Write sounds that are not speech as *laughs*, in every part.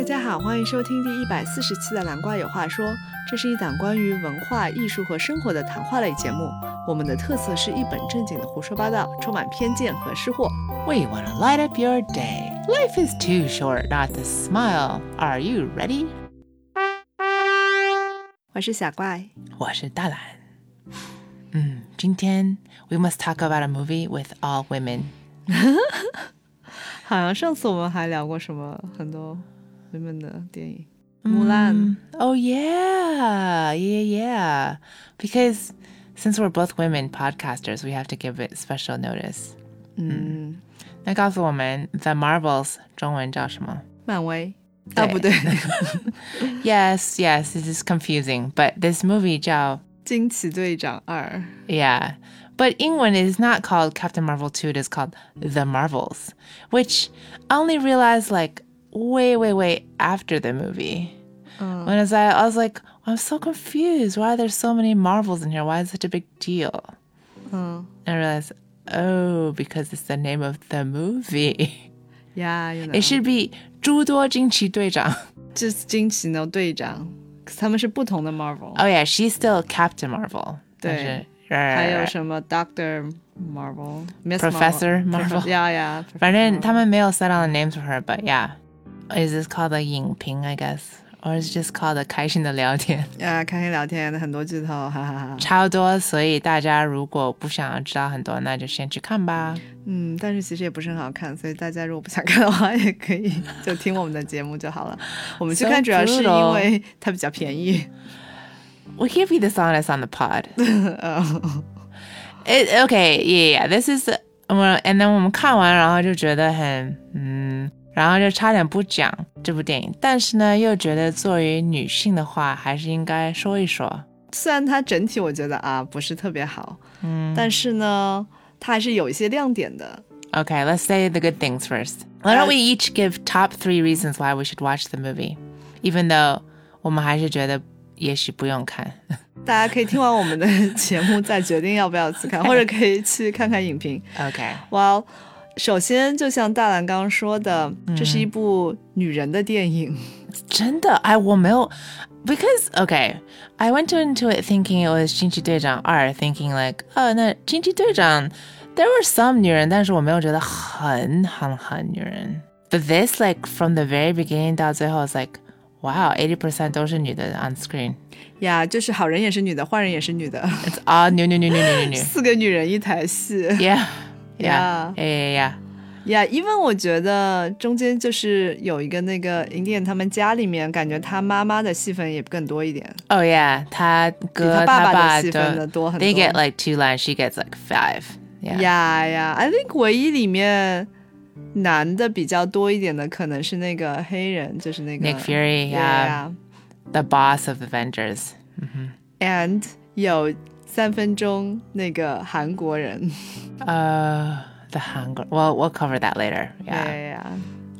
迎收听第一百四十期的《南瓜有话说》，这是一档关于文化艺术和生活的谈话类节目。我们的特色是一本正经的胡说八道，充满偏见和吃货。 We want to light up your day. Life is too short not to smile. Are you ready? 我是小怪，我是大懒。嗯，今天 Mm, we must talk about a movie with all women. 好像上次我们还聊过什么很多 women 的电影，《木兰》Mm. Oh yeah, yeah, yeah. Because since we're both women podcasters, we have to give it special notice. 嗯，那告诉我们《The Marvels》中文叫什么漫威啊，不对， *laughs* *laughs* ？Yes, yes, this is confusing, but this movie 叫惊奇队长二 Yeah. But England is not called Captain Marvel 2, it is called The Marvels, which I only realized like way, way, way after the movie. When as I, I was like, I'm so confused. Why are there so many Marvels in here? Why is it such a big deal? 嗯 And I realized, oh, because it's the name of the movie. 呀，原来 It should be 诸多惊奇队长.这是惊奇的队长，可是他们是不同的 Marvel，、 Oh yeah, she's still Captain Marvel. 对。但是-还有什么 Doctor Marvel、Miss 哎 Professor Marvel. *laughs* yeah yeah，反正他们没有 set on the names for her, but yeah. Is this called a 影评 I guess, or is it just called a 开心的聊 *laughs* 天？啊，开心聊天，很多剧透，哈哈哈。超多，所以大家如果不想要知道很多，那就先去看吧。嗯，但是其实也不是很好看，所以大家如果不想看的话，也可以就听我们的节目就好了。我们去 So 看主要是因 brutal 为它比较便宜。 We can be this honest on the pod. 呃， *laughs* *laughs* It, okay, yeah, yeah. This is 我们 and then 我们看完，然后就觉得很嗯，然后就差点不讲这部电影，但是呢，又觉得作为女性的话，还是应该说一说。虽然它整体我觉得啊不是特别好，嗯但是呢，它还是有一些亮点的。 Okay, let's say the good things first. Why don't we each give top three reasons why we should watch the movie, even though 我们还是觉得也许不用看。大家可以听完我们的 *laughs* 节目再决定要不要去看，或者可以去看看影评。 Okay. 哇、wow,，首先就像大兰刚刚说的，嗯这是一部女人的电影。 *laughs* 真的，哎，我没有- because okay, I went into it thinking it was 惊奇队长二, thinking like, oh, 那惊奇队长 there were some 女人，但是我没有觉得很很很女人。But this like from the very beginning 到最后 is like, wow, eighty percent 都是女的 on screen. 呀就是好人也是女的，坏人也是女的， It's all new, new, new, new, new, *laughs* new. 四个女人一台戏。 Yeah. Yeah. Yeah. Yeah. Yeah. yeah. 呀、因为我觉得中间就是有一个那个银典他们家里面，感觉他妈妈的戏份也更多一点， Oh yeah. 比他他哥爸爸的他爸戏份的都-多很多。 They get like two lines. She gets like five. Yeah. 呀呀，I think 唯一里面男的比较多一点的可能是那个黑人，就是那个 Nick Fury. Yeah, Yeah. The boss of Avengers. yeah. And 有三分钟那个韩国人。 Uh, the hunger. Well, we'll cover that later. Yeah. 呀呀，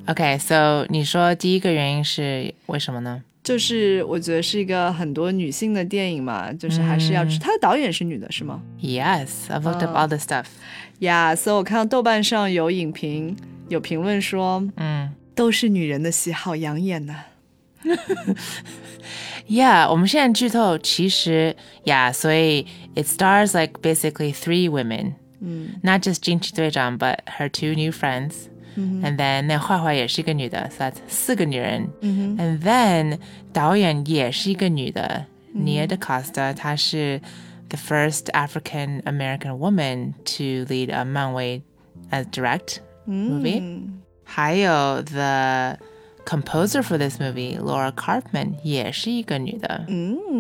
Okay. So 你说第一个原因是为什么呢？就是我觉得是一个很多女性的电影嘛，就是还是嗯要知，他的导演是女的，是吗？ Yes, I've looked up all this stuff. 呀，所以我看到豆瓣上有影评有评论说，嗯。都是女人的戏，好养眼呐、 Yeah, 我们现在剧透其实，yeah，所以 it stars like basically three women, not just 惊奇队长 but her two new friends, and then 那坏坏也是一个女的，so that's 四个女人，and then 导演也是一个女的，Nia de Costa，她是 the first African American woman to lead a 漫威 as direct movie，、还有 the composer for this movie, Laura Carpman, 也是一个女的。嗯，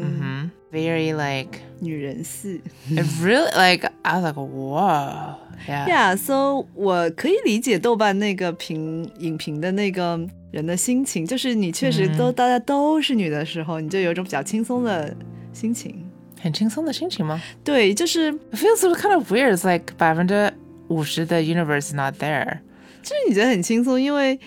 Mhm. Very like *laughs* 女人戏 it really like I was like whoa *laughs* yeah 呀。so 我可以理解豆瓣那个评影评的那个人的心情，就是你确实都、大家都是女的时候，你就有一种比较轻松的心情。很轻松的心情吗？对，就是 It feels kind of weird. It's like 百分之五十 the universe is not there. 就是你觉得很轻松，因为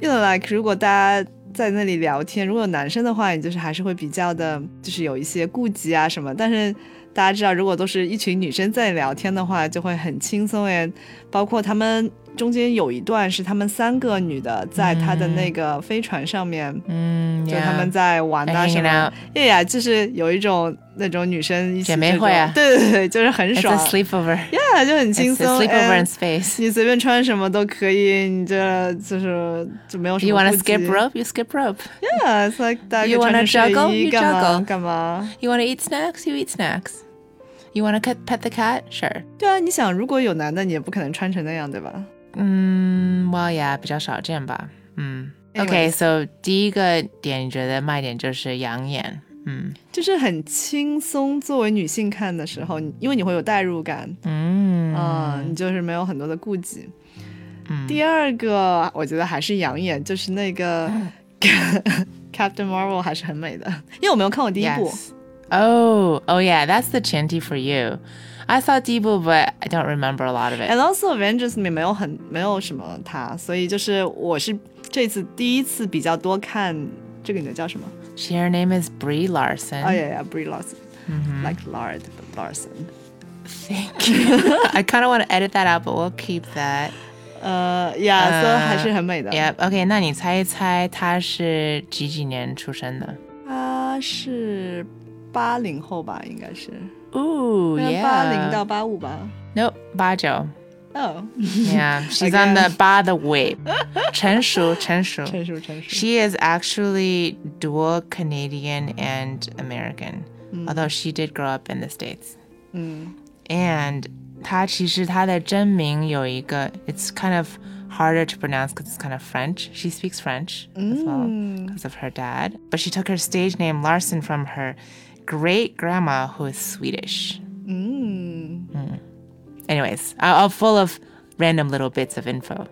you know like 如果大家。在那里聊天，如果有男生的话，你就是还是会比较的，就是有一些顾忌啊什么。但是大家知道，如果都是一群女生在聊天的话，就会很轻松诶。包括他们中间有一段是她们三个女的在她的那个飞船上面，嗯，就 Mm, yeah. 她们在玩啊 And 什 hanging 么 out.，哎呀，就是有一种那种女生一起姐妹这种会啊对对对，就是很 It's 爽 a sleepover. ，yeah，就很 It's 轻 a 松 sleepover in and *laughs* space. 你随便穿什么都可以，你这就是就没有什 You 么 want 顾 to 忌。 skip rope? You skip rope. Yeah, it's like 大家 You 可以穿着 wanna 睡 juggle? 衣 You 干嘛 juggle. 干嘛？ You want to eat snacks? You eat snacks. You want to pet the cat? Sure. 对啊，你想，如果有男的，你也不可能穿成那样，对吧？嗯，Well, Mm, yeah，比较少见吧。嗯 Anyways ，OK，so、第一个点，你觉得卖点就是养眼。嗯就是很轻松，作为女性看的时候，你因为你会有代入感，嗯嗯，你就是没有很多的顾忌。嗯第二个，我觉得还是养眼，就是那个嗯 *laughs* Captain Marvel 还是很美的，因为我没有看过第一部 Yes. Oh, oh yeah, that's the chanty for you. I saw Debo, but I don't remember a lot of it. And also Avengers 里没有很没有什么她，所以就是我是这次第一次比较多看这个女的叫什么？ She, her name is Brie Larson. Oh yeah, yeah, Brie Larson, like lard, but Larson. Thank you. *laughs* I kind of want to edit that out, but we'll keep that. 呃，yeah，so 还是很美的。 Yep. OK，那你猜一猜她是几几年出生的她是八零后吧，应该是？Ooh, 八零 yeah. 到八五吧。 Nope, 八 *laughs* 九。哦， Yeah, she's on the Again. by the way. 成熟,成 *laughs* *laughs* 熟.成熟成熟。 She is actually dual Canadian and American, although she did grow up in the States. 嗯 And 她其实她的真名有一个 it's kind of harder to pronounce because it's kind of French. She speaks French as well because of her dad. But she took her stage name Larson from her great grandma who is Swedish. Mm. 嗯 Anyways, I- I'm full of random little bits of info.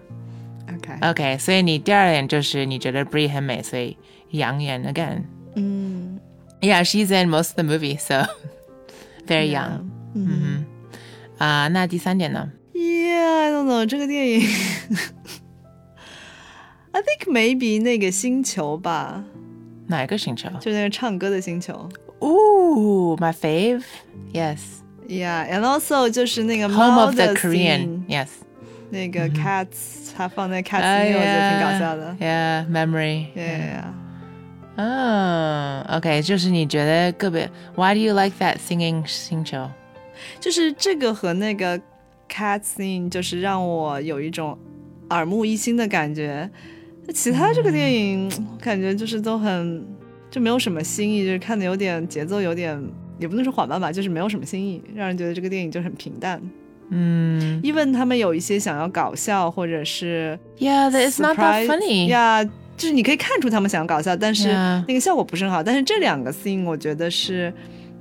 ，OK， OK，所以你第二点就是你觉得 Brie 很美，所以养眼 again。嗯 Yeah, she's in most of the movie, so *laughs* very young. 嗯哼啊那第三点呢？ ，Yeah，I don't know 这个电影，I think maybe 那个星球吧，哪一个星球就那个唱歌的星球。 ？Ooh, my fave. Yes, Yeah，and also 就是那个 home 猫 of the 的 scene Korean. Yes. 那个 Cats，他放在 Cats 哎里面，我觉得挺搞呀笑的。 Yeah, memory. Yeah，嗯 o k 就是你觉得个别。Why do you like that singing 星球？就是这个和那个 cat scene，就是让我有一种耳目一新的感觉。其他这个电影，我感觉就是都很就没有什么新意，就是看的有点节奏有点也不能说缓慢吧，就是没有什么新意，让人觉得这个电影就很平淡。嗯 even 他们有一些想要搞笑或者是，Yeah, that it's not surprise- that funny. 呀就是你可以看出他们想搞笑，但是 Yeah. 那个效果不是很好。但是这两个 scene 我觉得是，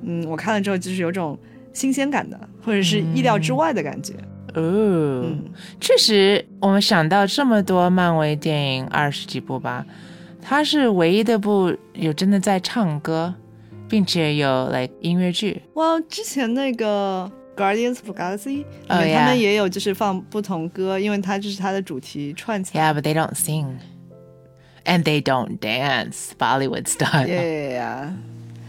嗯，我看了之后就是有种新鲜感的，或者是意料之外的感觉。Mm. 嗯哦，确实，我们想到这么多漫威电影二十几部吧，它是唯一的部有真的在唱歌，并且有 like 音乐剧。哇，之前那个 Guardians of the Galaxy 里哦面他呀们也有就是放不同歌，因为它这是它的主题串起来。 Yeah, but they don't sing. And they don't dance Bollywood style. *laughs* 耶呀！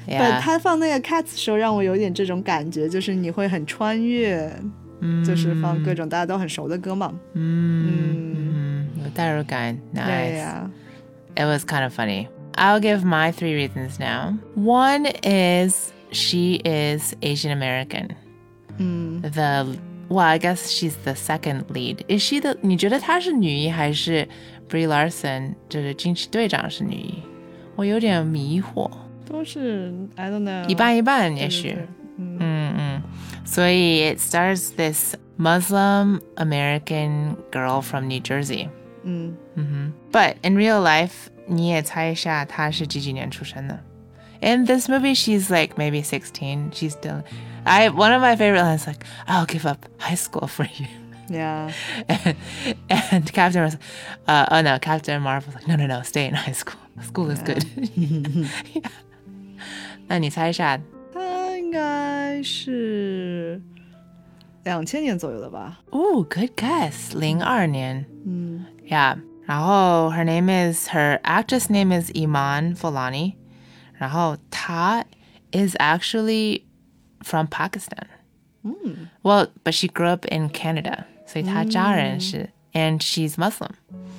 不， Yeah. 他放那个 Cats 的时候，让我有点这种感觉，就是你会很穿越，嗯就是放各种大家都很熟的歌嘛。嗯，嗯，有代入感对，nice. 呀， It was kind of funny. I'll give my three reasons now. One is she is Asian American. 嗯 The well, I guess she's the second lead. Is she the? 你觉得她是女一还是 Brie Larson 就是惊奇队长是女一？我有点迷惑，都是 I don't know，一半一半对也许。。对嗯嗯嗯，所以 it stars this Muslim American girl from New Jersey. 嗯，嗯哼，But in real life，你也猜一下她是几几年出生的？In this movie, she's like maybe sixteen. She's still. I one of my favorite lines like, "I'll give up high school for you." *laughs* Yeah. And, and Captain was, uh, oh no, Captain Marvel was like, no, no, no, stay in high school. School is good. *laughs* yeah. 那你猜一下，他应该是两千年左右的吧？ Ooh, good guess. 02年.嗯 Yeah. 然后 her name is, her actress name is Iman Volani. 然后她 is actually from Pakistan. 嗯 Well, but she grew up in Canada. 所以她家人是 and she's Muslim.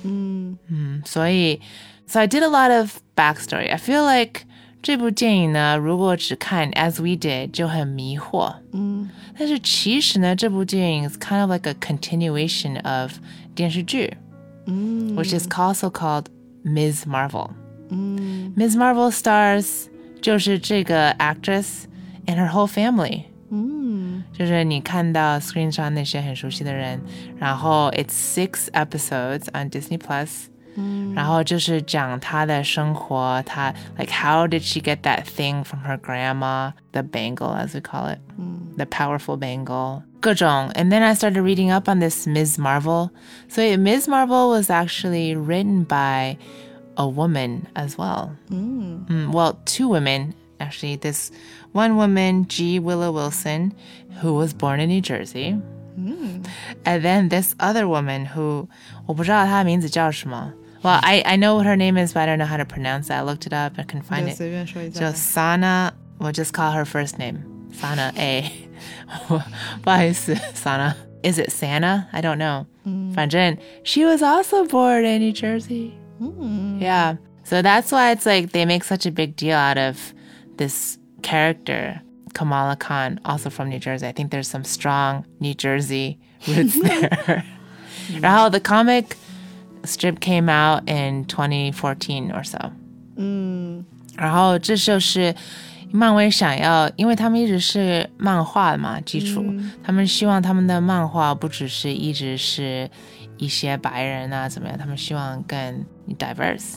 嗯 Mm. So I, so I did a lot of backstory. I feel like 这部电影呢，如果只看 As We Did，就很迷惑。嗯，但是其实呢，这部电影 is kind of like a continuation of 电视剧，嗯，which is also called Ms. Marvel。嗯，Ms. Marvel stars 就是这个 actress and her whole family。嗯，就是你看到 screen 上那些很熟悉的人，然后 it's six episodes on Disney Plus。然后就是讲她的生活，她 like how did she get that thing from her grandma, the bangle as we call it, the powerful bangle. 各种. And then I started reading up on this Ms. Marvel. So yeah, Ms. Marvel was actually written by a woman as well. Mm, well, two women actually. This one woman, G. Willow Wilson, who was born in New Jersey. And then this other woman who 我不知道她的名字叫什么. Well, I, I know what her name is, but I don't know how to pronounce it. I looked it up. I couldn't find 就 it. 随便说一下就吧。 Sana, we'll just call her first name. Sana A. *laughs* 不好意思, Sana. Is it Santa? I don't know. 反正 she was also born in New Jersey. Yeah. So that's why it's like they make such a big deal out of this character, Kamala Khan, also from New Jersey. I think there's some strong New Jersey roots there. Rahul, the comic strip came out in 2014 or so. 然后这就是漫威想要，因为他们一直是漫画嘛基础，他们希望他们的漫画不只是一直是一些白人啊怎么样，他们希望更 diverse。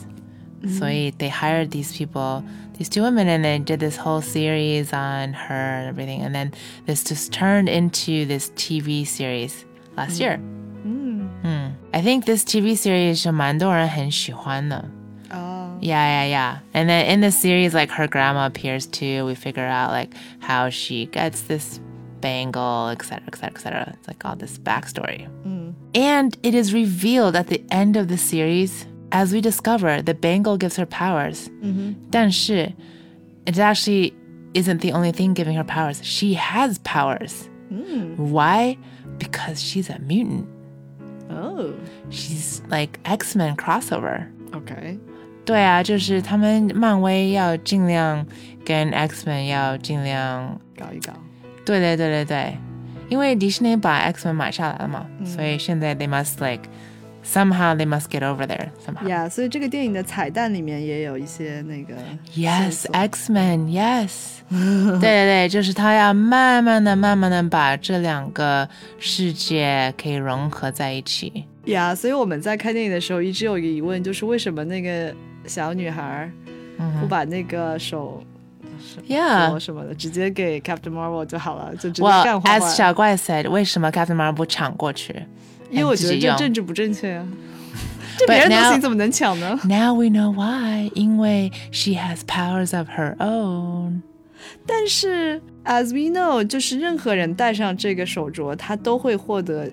所以 they hired these people, these two women, and they did this whole series on her and everything. And then this just turned into this TV series last year. 嗯，I think this TV series 是蛮多人很喜欢的。啊， Yeah, yeah, yeah. And then in the series, like her grandma appears too. We figure out like how she gets this bangle, etc., etc., etc. It's like all this backstory. And it is revealed at the end of the series, as we discover, the bangle gives her powers. mm it actually isn't the only thing giving her powers. She has powers. Why? Because she's a mutant. 哦 She's like X Men crossover. ，OK，对啊，就是他们漫威要尽量跟 X Men 要尽量，搞一搞。对对对对对，因为迪士尼把 X Men 买下来了嘛，所以现在 they must like somehow they must get over there somehow. Yeah，所以这个电影的彩蛋里面也有一些那个 Yes, X Men. Yes，对对对，就是他要慢慢的、慢慢的把这两个世界可以融合在一起。呀所以我们在看电影的时候一直有一个疑问，就是为什么那个小女孩儿嗯不把那个手 Yeah. 做什么的直接给 Captain Marvel 就好了，就直接干啊 Well, 花 as 花？小怪 said，为什么 Captain Marvel 不抢过去？因为我觉得自己这用政治不正确 *laughs* 啊，这别人 But 的东 now- 西你怎么能抢呢？ Now we know why. 因为 she has powers of her own. 但是 as we know，就是任何人戴上这个手镯，他都会获得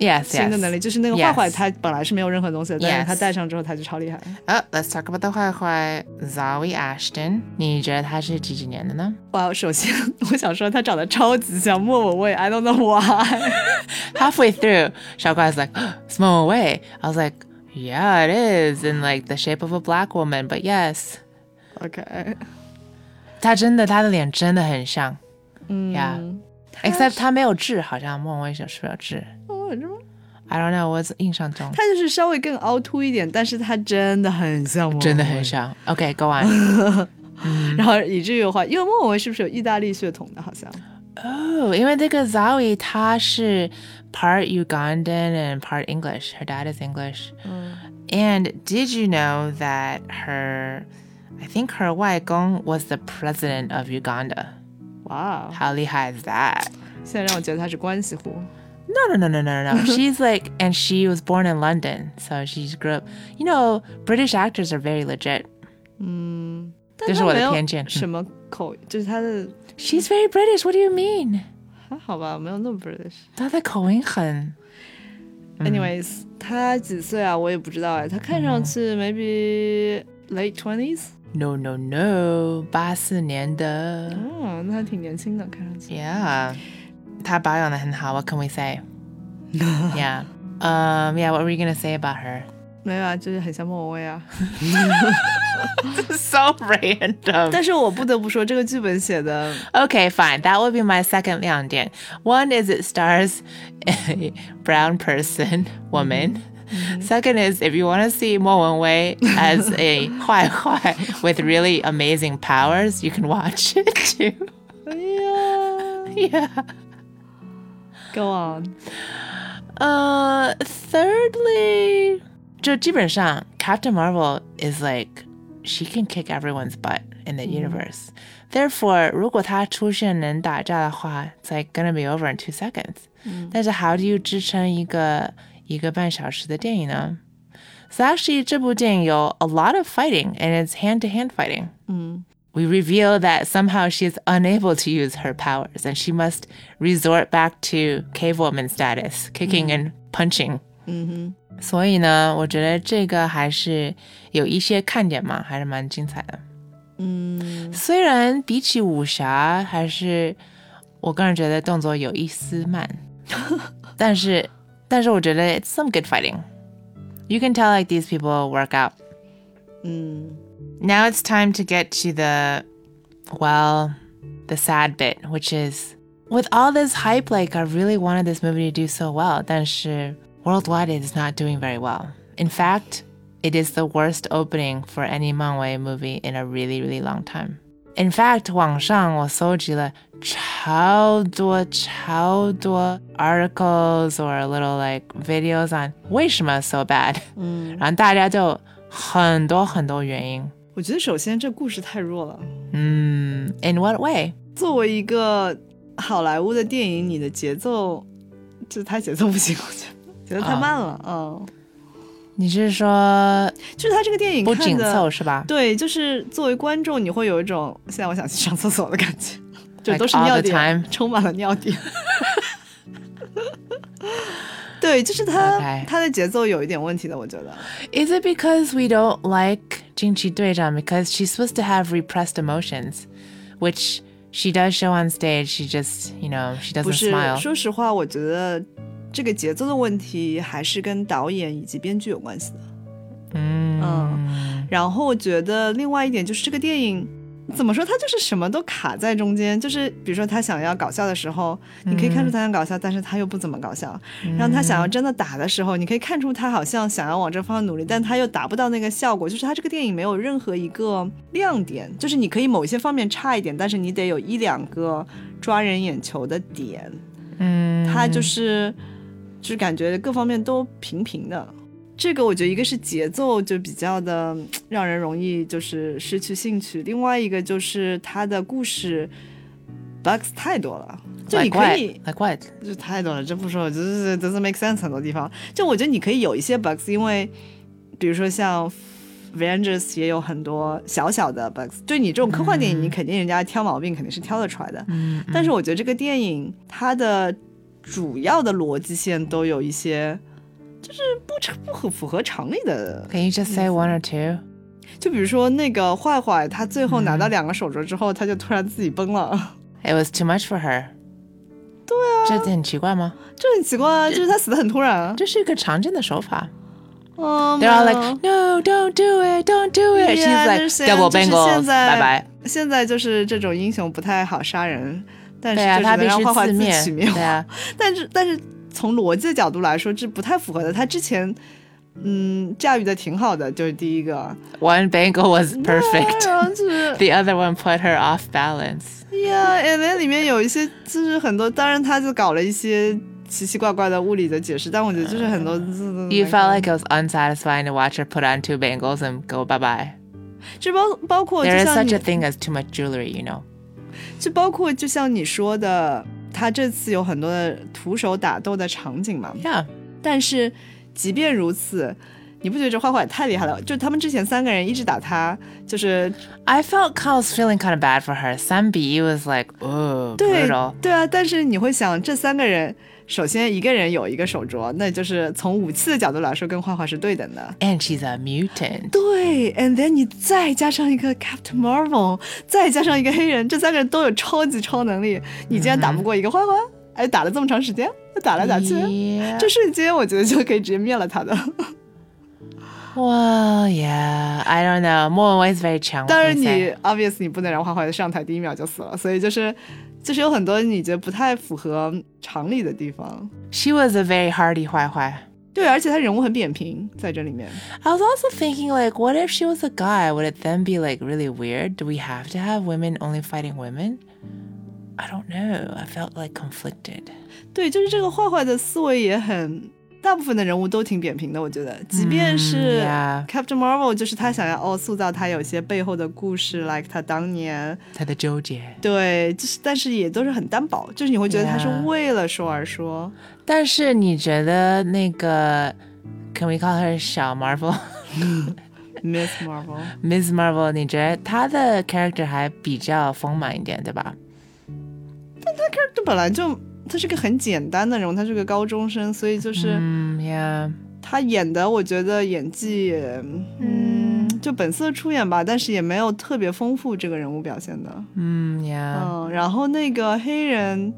Yes, 新的 yes. 能力。就是那个 Yes. 坏坏，他本来是没有任何东西的，但是他 Yes. 戴上之后他就超厉害。 Oh, let's talk about the 坏坏 Zoe Ashton. 你觉得她是几几年的呢？哇，首先 *laughs* 我想说他长得超级像莫文蔚，I don't know why。 *laughs* Halfway through, Shaoguai's like, *gasps* small away. I was like, yeah, it is in like the shape of a black woman, but yes. OK，她真的，她的脸真的很像。Yeah. 嗯她 Except 她没有痣，好像莫文蔚是不是有痣哦，是吗？ ？I don't know. 我印象中他就是稍微更凹凸一点，但是他真的很像莫文蔚，真的很像。Okay, go on. 然后以至于的话，因为莫文蔚是不是有意大利血统的？好像哦，Oh, 因为这个 Zoe 她是 part Ugandan and part English. Her dad is English. 嗯 And did you know that her, I think her 外公 was the president of Uganda? 哇，哦 How 厉害 is that? 现在让我觉得他是关系户。 No, no, no, no, no, no. She's like, and she was born in London, so she grew up. You know, British actors are very legit. 但这是他我的没有偏见嗯什么口，就是他的 She's very British. What do you mean? 还好吧，没有那么 British。她的口音很嗯 Anyways，他几岁啊？我也不知道哎。他看上去 maybe late twenties， no, no, no. 八四年的。嗯，那还挺年轻的，看上去。 *laughs* Yeah. 她保养的很好，what can we say? Yeah. Um, yeah, what were you gonna say about her? 没有啊，就是很像莫文蔚啊。 *laughs* so random. *laughs* 但是我不得不说，这个剧本写的 *laughs* Okay, fine. That would be my second 亮点. One is it stars *laughs* a brown person, woman. Second is if you want to see Mo Wen Wei as *laughs* a Huai Huai with really amazing powers, you can watch it too. 哎呀 *laughs* yeah. *laughs* ，Go on， Uh, thirdly, 就基本上 Captain Marvel is like she can kick everyone's butt in the universe. Therefore, 如果她出现能打架的话, it's like gonna be over in two seconds. 但是 how do you 支撑一个一个半小时的电影呢？So actually, 这部电影有 a lot of fighting and it's hand to hand fighting. We reveal that somehow she is unable to use her powers and she must resort back to cavewoman status, kicking and punching. 所以呢，我觉得这个还是有一些看点嘛，还是蛮精彩的。嗯，虽然比起武侠，还是我个人觉得动作有一丝慢，但是但是我觉得 it's some good fighting. You can tell like these people work out. 嗯 Now it's time to get to the, well, the sad bit, which is with all this hype, like I really wanted this movie to do so well. 但是 worldwide it is not doing very well. In fact, it is the worst opening for any Manwei movie in a really, really long time. In fact, 网上我搜集了超多超多 articles or little like videos on 为什么 so bad，、嗯、 *laughs* 然后大家就很多很多原因。我觉得首先这故事太弱了。 Mm, in what way? 作为一个好莱坞的电影，你的节奏就是它节奏不行，我觉得节奏太慢了。嗯，就是它这个电影看的，你是说不紧凑是吧？对，就是作为观众，你会有一种现在我想去上厕所的感觉，就 Like 都是 all the 尿点 time 充满了尿点。 *laughs* 对，就是它 Okay 它的节奏有一点问题的，我觉得。 Is it because we don't like Jing Qi Duijan because she's supposed to have repressed emotions, which she does show on stage. She just, you know, she 不 doesn't 是， smile. 说实话，我觉得这个节奏的问题还是跟导演以及编剧有关系的。嗯然后我觉得另外一点就是这个电影。怎么说？它就是什么都卡在中间，就是比如说他想要搞笑的时候，你可以看出他想搞笑，但是他又不怎么搞笑。然后他想要真的打的时候，你可以看出他好像想要往这方向努力，但他又达不到那个效果。就是他这个电影没有任何一个亮点，就是你可以某些方面差一点，但是你得有一两个抓人眼球的点。他就是就是感觉各方面都平平的。这个我觉得一个是节奏就比较的嗯让人容易就是失去兴趣，另外一个就是他的故事 bugs 太多了，就你 like 可以 what? Like what? 就太多了，这不说了，就是 doesn't make sense 很多地方。就我觉得你可以有一些 bugs，因为比如说像 Avengers 也有很多小小的 bugs。对你这种科幻电影，你肯定人家挑毛病肯定是挑得出来的。嗯但是我觉得这个电影它的主要的逻辑线都有一些，就是不成不合符合常理的。 Can you just say one or two? 就比如说那个坏坏，他最后拿嗯到两个手镯之后，他就突然自己崩了， *laughs* It was too much for her. 这很奇怪吗？这是这很一个常见的手法。奇怪嗯啊，就是他死的很突然 *laughs* 啊。嗯 They're all 没有啊 like, no, don't do it, don't do Yeah, I it. She's like, understand. double 就是 bangles, 现 bye 在 bye. *laughs* 现在就是这种英雄不太好杀人，但是对啊，就他只能必让须画画自自灭取灭。对啊，但是但是从逻辑的角度来说，这不太符合的。他之前嗯驾驭的挺好的，就是第一个 one bangle was 对 *laughs* perfect. 啊然后就是 The other one put her off balance. 哎呀，and then 里面有一些就是很多，当然他就搞了一些奇奇怪怪的物理的解释，但我觉得就是很多。 You felt like it was unsatisfying to watch her put on two bangles and go bye bye. 这包包括就 There is 像 such 你 a thing as too much jewelry, you know. 就包括就像你说的，他这次有很多的徒手打斗的场景嘛。 Yeah. 但是即便如此，你不觉得这坏坏也太厉害了？就他们之前三个人一直打他，就是、 I felt Kyle's feeling kind of bad for her. Sam B was like, oh, 对 brutal. 对啊。但是你会想，这三个人，首先一个人有一个手镯，那就是从武器的角度来说，跟坏坏是对等的。 And she's a mutant. 对，and then 你再加上一个 Captain Marvel，再加上一个黑人，这三个人都有超级超能力，你竟然打不过一个坏坏、哎，打了这么长时间，打来打去 Yeah. 这瞬间我觉得就可以直接灭了他的。 Well, yeah, I don't know. Mo is very 强，但是我可以你说 obvious 你不能让花花上台第一秒就死了，所以就是就是有很多你觉得不太符合常理的地方。 she was a very hardy 坏坏。对，而且他人物很扁平，在这里面。 I was also thinking, like, what if she was a guy? Would it then be like really weird? Do we have to have women only fighting women? I don't know. I felt like conflicted. 对，就是这个坏坏的思维也很，大部分的人物都挺扁平的，我觉得，即便是嗯 yeah Captain Marvel，就是他想要哦塑造他有些背后的故事，like 他当年对，就是但是也都是很单薄，就是你会觉得他是 Yeah 为了说而说她的纠结。但是你觉得那个，can we call her 小 Marvel *laughs* Miss Marvel。 Miss Marvel？你觉得她的 character 还比较丰满一点，对吧？这本来就他是个很简单的人物，他是个高中生，所以就是嗯，yeah. 他演的，我觉得演技，嗯，就本色出演吧，但是也没有特别丰富这个人物表现的。嗯，yeah. 嗯，然后那个黑人，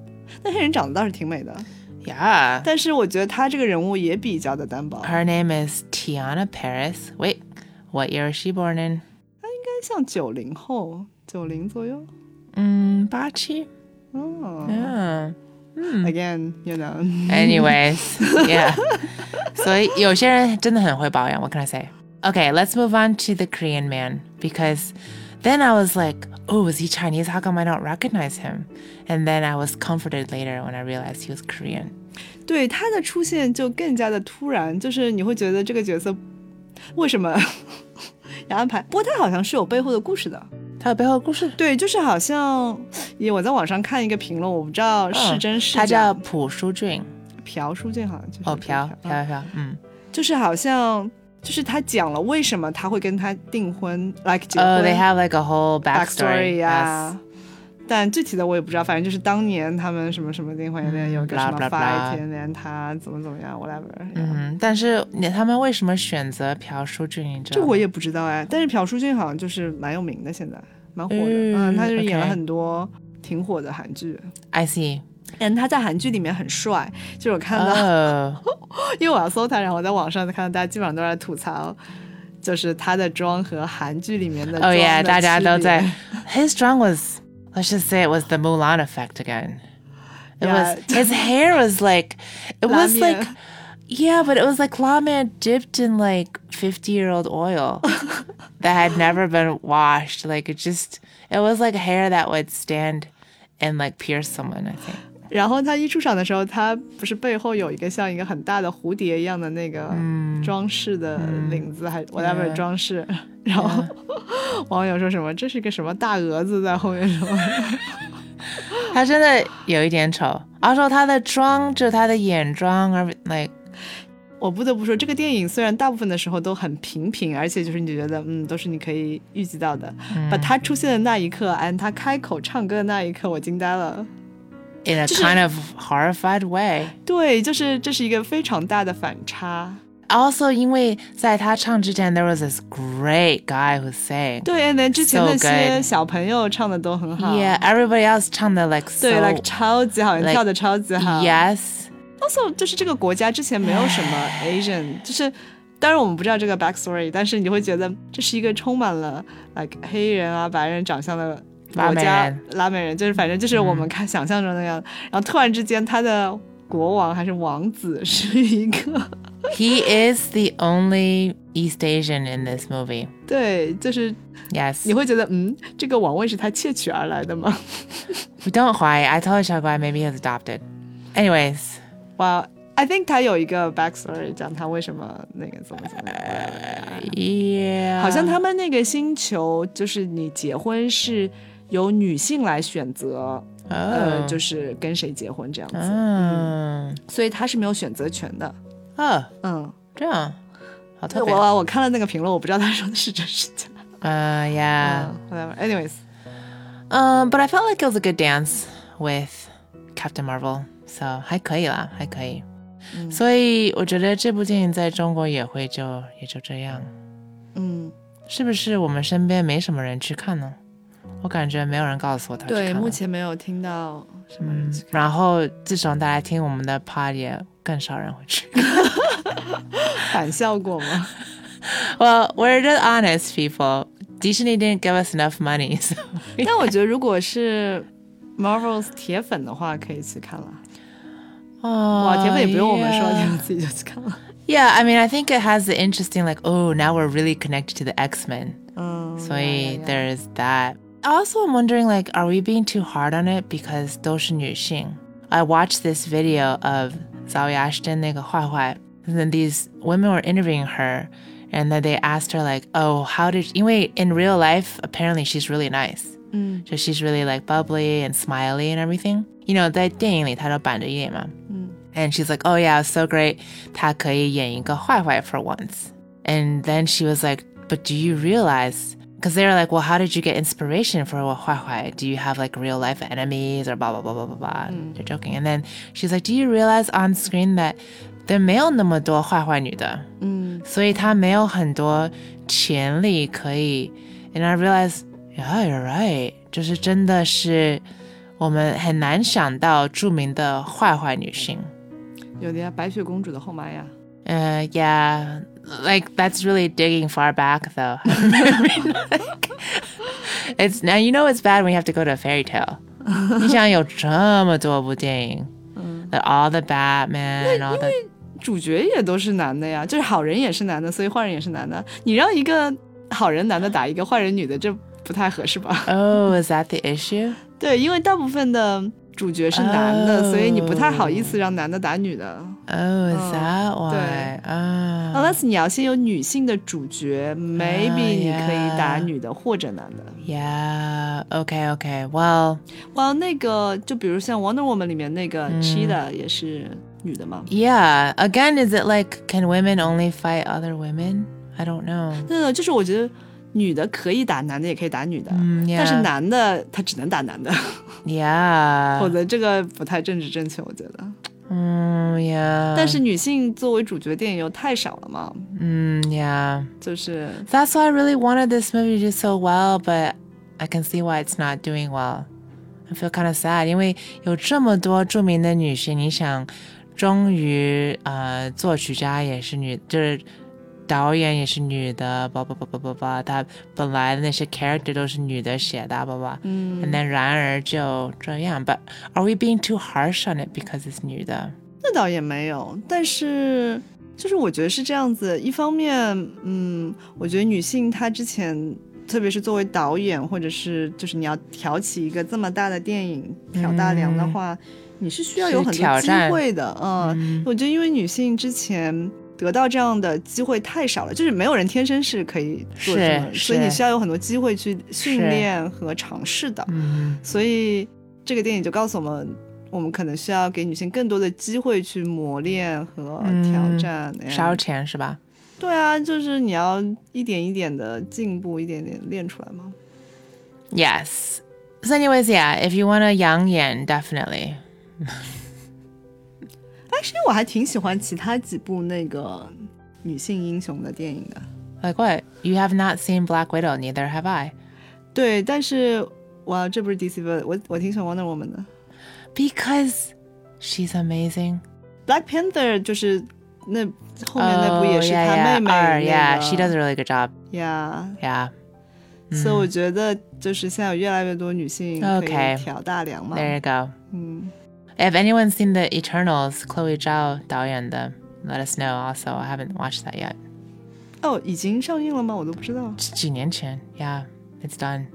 那黑人长得倒是挺美的， Yeah. 但是我觉得他这个人物也比较的单薄，应 Her name is Tiana Paris. Wait, what year is she born in? 该像九零后，九零左右。 Mm, Bachi. 嗯、 Yeah. a g a i n you know， *laughs* Anyways, yeah. So What can I say? Okay, let's move on to the Korean man because then I was like, oh, is he Chinese? How come I don't recognize him? And then I was comforted later when I realized he was Korean. 对他的出现就更加的突然，就是你会觉得这个角色为什么 *laughs* 要安排？不过他好像是有背后的故事的，他有背后故事。对，就是好像也我在网上看一个评论，我不知道是真是假。嗯他叫朴淑俊。朴淑俊，好像就是哦，朴，朴朴，朴，嗯，就是好像就是他讲了为什么他会跟他订婚，like 结婚、 Oh, they have like a whole backstory backstory. 呀、 Yes. 但具体的我也不知道，反正就是当年他们什么什么订婚，有点有个什么 blah, blah, fight， blah 天天他怎么怎么样，whatever。嗯，但是你他们为什么选择朴淑俊？你知这道我吗？也不知道哎，但是朴淑俊好像就是蛮有名的，现在蛮火的。嗯，嗯他就是演了 OK 很多挺火的韩剧， I see. 但他在韩剧里面很帅，就是我看到 Oh, 因为我要搜他，然后我在网上看到大家基本上都在吐槽，就是他的妆和韩剧里面的 oh 妆 yeah，的大家都区别在。His drawing was, let's just say it was the Mulan effect again. It Yeah. was his hair was like, it was Lamia. like, yeah, but it was like ramen dipped in like *laughs* fifty-year-old oil that had never been washed. Like it just, it was like hair that would stand and like pierce someone. I think. 然后他一出场的时候，他不是背后有一个像一个很大的蝴蝶一样的那个装饰的领子，还 whatever、嗯 Yeah 装饰。然后 *laughs* 网友说什么这是个什么大蛾子在后面什么？他真的有一点丑，而且他的妆就是他的眼妆而 like *laughs* 我不得不说，这个电影虽然大部分的时候都很平平，而且就是你觉得嗯都是你可以预计到的，嗯把、他出现的那一刻，按他开口唱歌的那一刻，我惊呆了。 in a 就是 kind of horrified way。对，就是这是一个非常大的反差。 Also，因为在他唱之前，there was this great guy who sang。对，and then 之前 So 那些 good 小朋友唱的都很好 Yeah, everybody else 唱的 like 对 so ，like uh-huh. 超级好， like- 跳的超级好。 yes Also，就是这个国家之前没有什 *sighs* 么 Asian，就是当然我们不知道这个 backstory，但是你会觉得这是一个充满了 like 黑人啊、白人长相的。国拉美家人嗯拉美人就是，反正就是我们看想象中那样。然后突然之间，他的国王还是王子 *laughs* 是一个， he is the only East Asian in this movie. 对，就是你 Yes，会觉得，嗯，这个王位是他窃取而来的吗？ don't 怀疑。I told you guy maybe he was adopted. Anyways，哇、i think 他有一个 backstory，讲他为什么那个怎么怎么呃样。 yeah，好像他们那个星球，就是你结婚是由女性来选择，呃，哦就是跟谁结婚这样子，嗯所以他是没有选择权的。哦嗯，这样 Oh, 好特别。我我看了那个评论，我不知道他说的是真是假。 Uh, yeah. 嗯，whatever。Anyways， Um, but I felt like it was a good dance with Captain Marvel. So 还可以啦，还可以。嗯。所以我觉得这部电影在中国也会就-也就这样。嗯，是不是我们身边没什么人去看呢？我感觉没有人告诉我他去对，看了目前没有听到什么人嗯去，看。然后自从大家听我们的 pod，也更少人会去。反效果吗？ *laughs* well, we're just honest people. Disney didn't give us enough money, *laughs* so *laughs* 但我觉得如果是 Marvels 铁粉的话，可以去看了。哇，铁粉也不用我们说，铁 yeah. 粉自己就去看了。 Yeah, I mean, I think it has the interesting, like, oh, now we're really connected to the X Men. 嗯， So yeah, yeah, yeah. there is that. Also, I'm wondering, like, are we being too hard on it because 都是女性? I watched this video of Zoe Ashton 那个坏坏, and then these women were interviewing her, and then they asked her, like, oh, how did? Anyway, in real life, apparently she's really nice. 嗯 So she's really like bubbly and smiley and everything. You know, 在电影里她都板着一脸嘛。嗯 And she's like, oh yeah, so great. 她可以演一个坏坏 for once. And then she was like, but do you realize? Because they were like, well, how did you get inspiration for 坏坏? Do you have like real life enemies or blah, blah, blah, blah, blah, blah? They're joking. And then she's like, do you realize on screen that 没有那么多坏坏女的？嗯所以他没有很多潜力可以。And I realized, yeah, you're right. 就是真的是我们很难想到著名的坏坏女性。呃、uh,，yeah，like 有点白雪公主的后妈呀。Uh, that's really digging far back though. *laughs* it's now you know it's bad when you have to go to a fairy tale. 你想有这么多部电影，like all the Batman, all the 主角也都是男的呀，就是好人也是男的，所以坏人也是男的。你让一个好人男的打一个坏人女的，这不太合适吧？ oh, is that the issue? *laughs* 对，因为大部分的主角是男的，哦所以你不太好意思让男的打女的。 Oh, is Oh, that why? Ah. Unless 你要先有女性的主角，maybe 你可以打 yeah 女的或者男的。 Yeah. Okay. Okay. Well. 哇，那个就比如像 Wonder Woman 里面那个 Cheetah 也是女的嘛？ Yeah. Again, is it like can women only fight other women? I don't know. 对对，就是我觉得女的可以打男的，也可以打女的， Mm, 但是 yeah. 嗯男的他只能打男的。 *laughs* 否 Yeah. 则这个不太政治正确，我觉得。 Mm, yeah. 但是女性作为主角电影又太少了嘛， Mm, yeah. 就是， That's why I really wanted this movie to do so well, but I can see why it's not doing well. I feel kind of sad. 因为有这么多著名的女性，你想，终于呃，作曲家也是女，就是导演也是女的，blah blah blah blah blah blah，她本来的那些 character 都是女的写的，blah 嗯， and then 然而就这样。But are we being too harsh on it because it's 女的？那倒也没有。但是，就是我觉得是这样子。一方面，嗯，我觉得女性她之前，特别是作为导演，或者是就是你要挑起一个这么大的电影挑大梁的话，你是需要有很嗯是多挑机战会的，嗯。我觉得因为女性之前得到这样的机会太少了，就是没有人天生是可以做是这么，所以是你需要有很多机会去训是练和尝试的。嗯，所以这个电影就告诉我们，我们可能需要给女性更多的机会去磨练和挑嗯战。哎烧钱是吧？对啊，就是你要一点一点的进步，一点点练出来嘛。 Yes. So, anyways, yeah, if you want a yang yen, definitely. 哎，其实我还挺喜欢其他几部那个女性英雄的电影的。 Like what? You have not seen Black Widow, neither have I. 对，但是哇，这不是 DC 吧？我我挺喜欢 Wonder Woman 的。 Because she's amazing. Black Panther 就是那后面那部哦也是她 Oh, yeah, 妹妹 yeah. 那 Or, yeah, 个 she does a really good job. yeah， Yeah. 嗯 Mm, 所以我觉得就是现在有越来越多女性可 Okay 以挑大梁嘛。 There you go. 嗯， If anyone's seen the Eternals, Chloe Zhao, Daoyan, let us know. Also, I haven't watched that yet. 哦，已经上映了吗？我都不知道。几年前, yeah, it's done.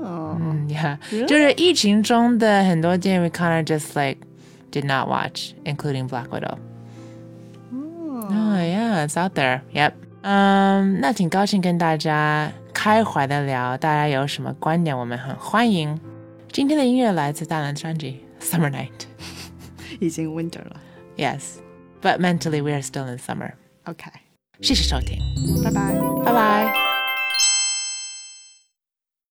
哦， Mm, yeah. Really? 就是疫情中的很多电影 we kind of just like did not watch, including Black Widow. Oh yeah, it's out there. Yep. 嗯、那挺高兴跟大家开怀的聊，大家有什么观点，我们很欢迎。今天的音乐来自大蓝专辑《Summer Night 已经 Winter 了。》 ，Yes。But mentally we are still in summer。 OK，谢谢收听，拜拜。拜拜。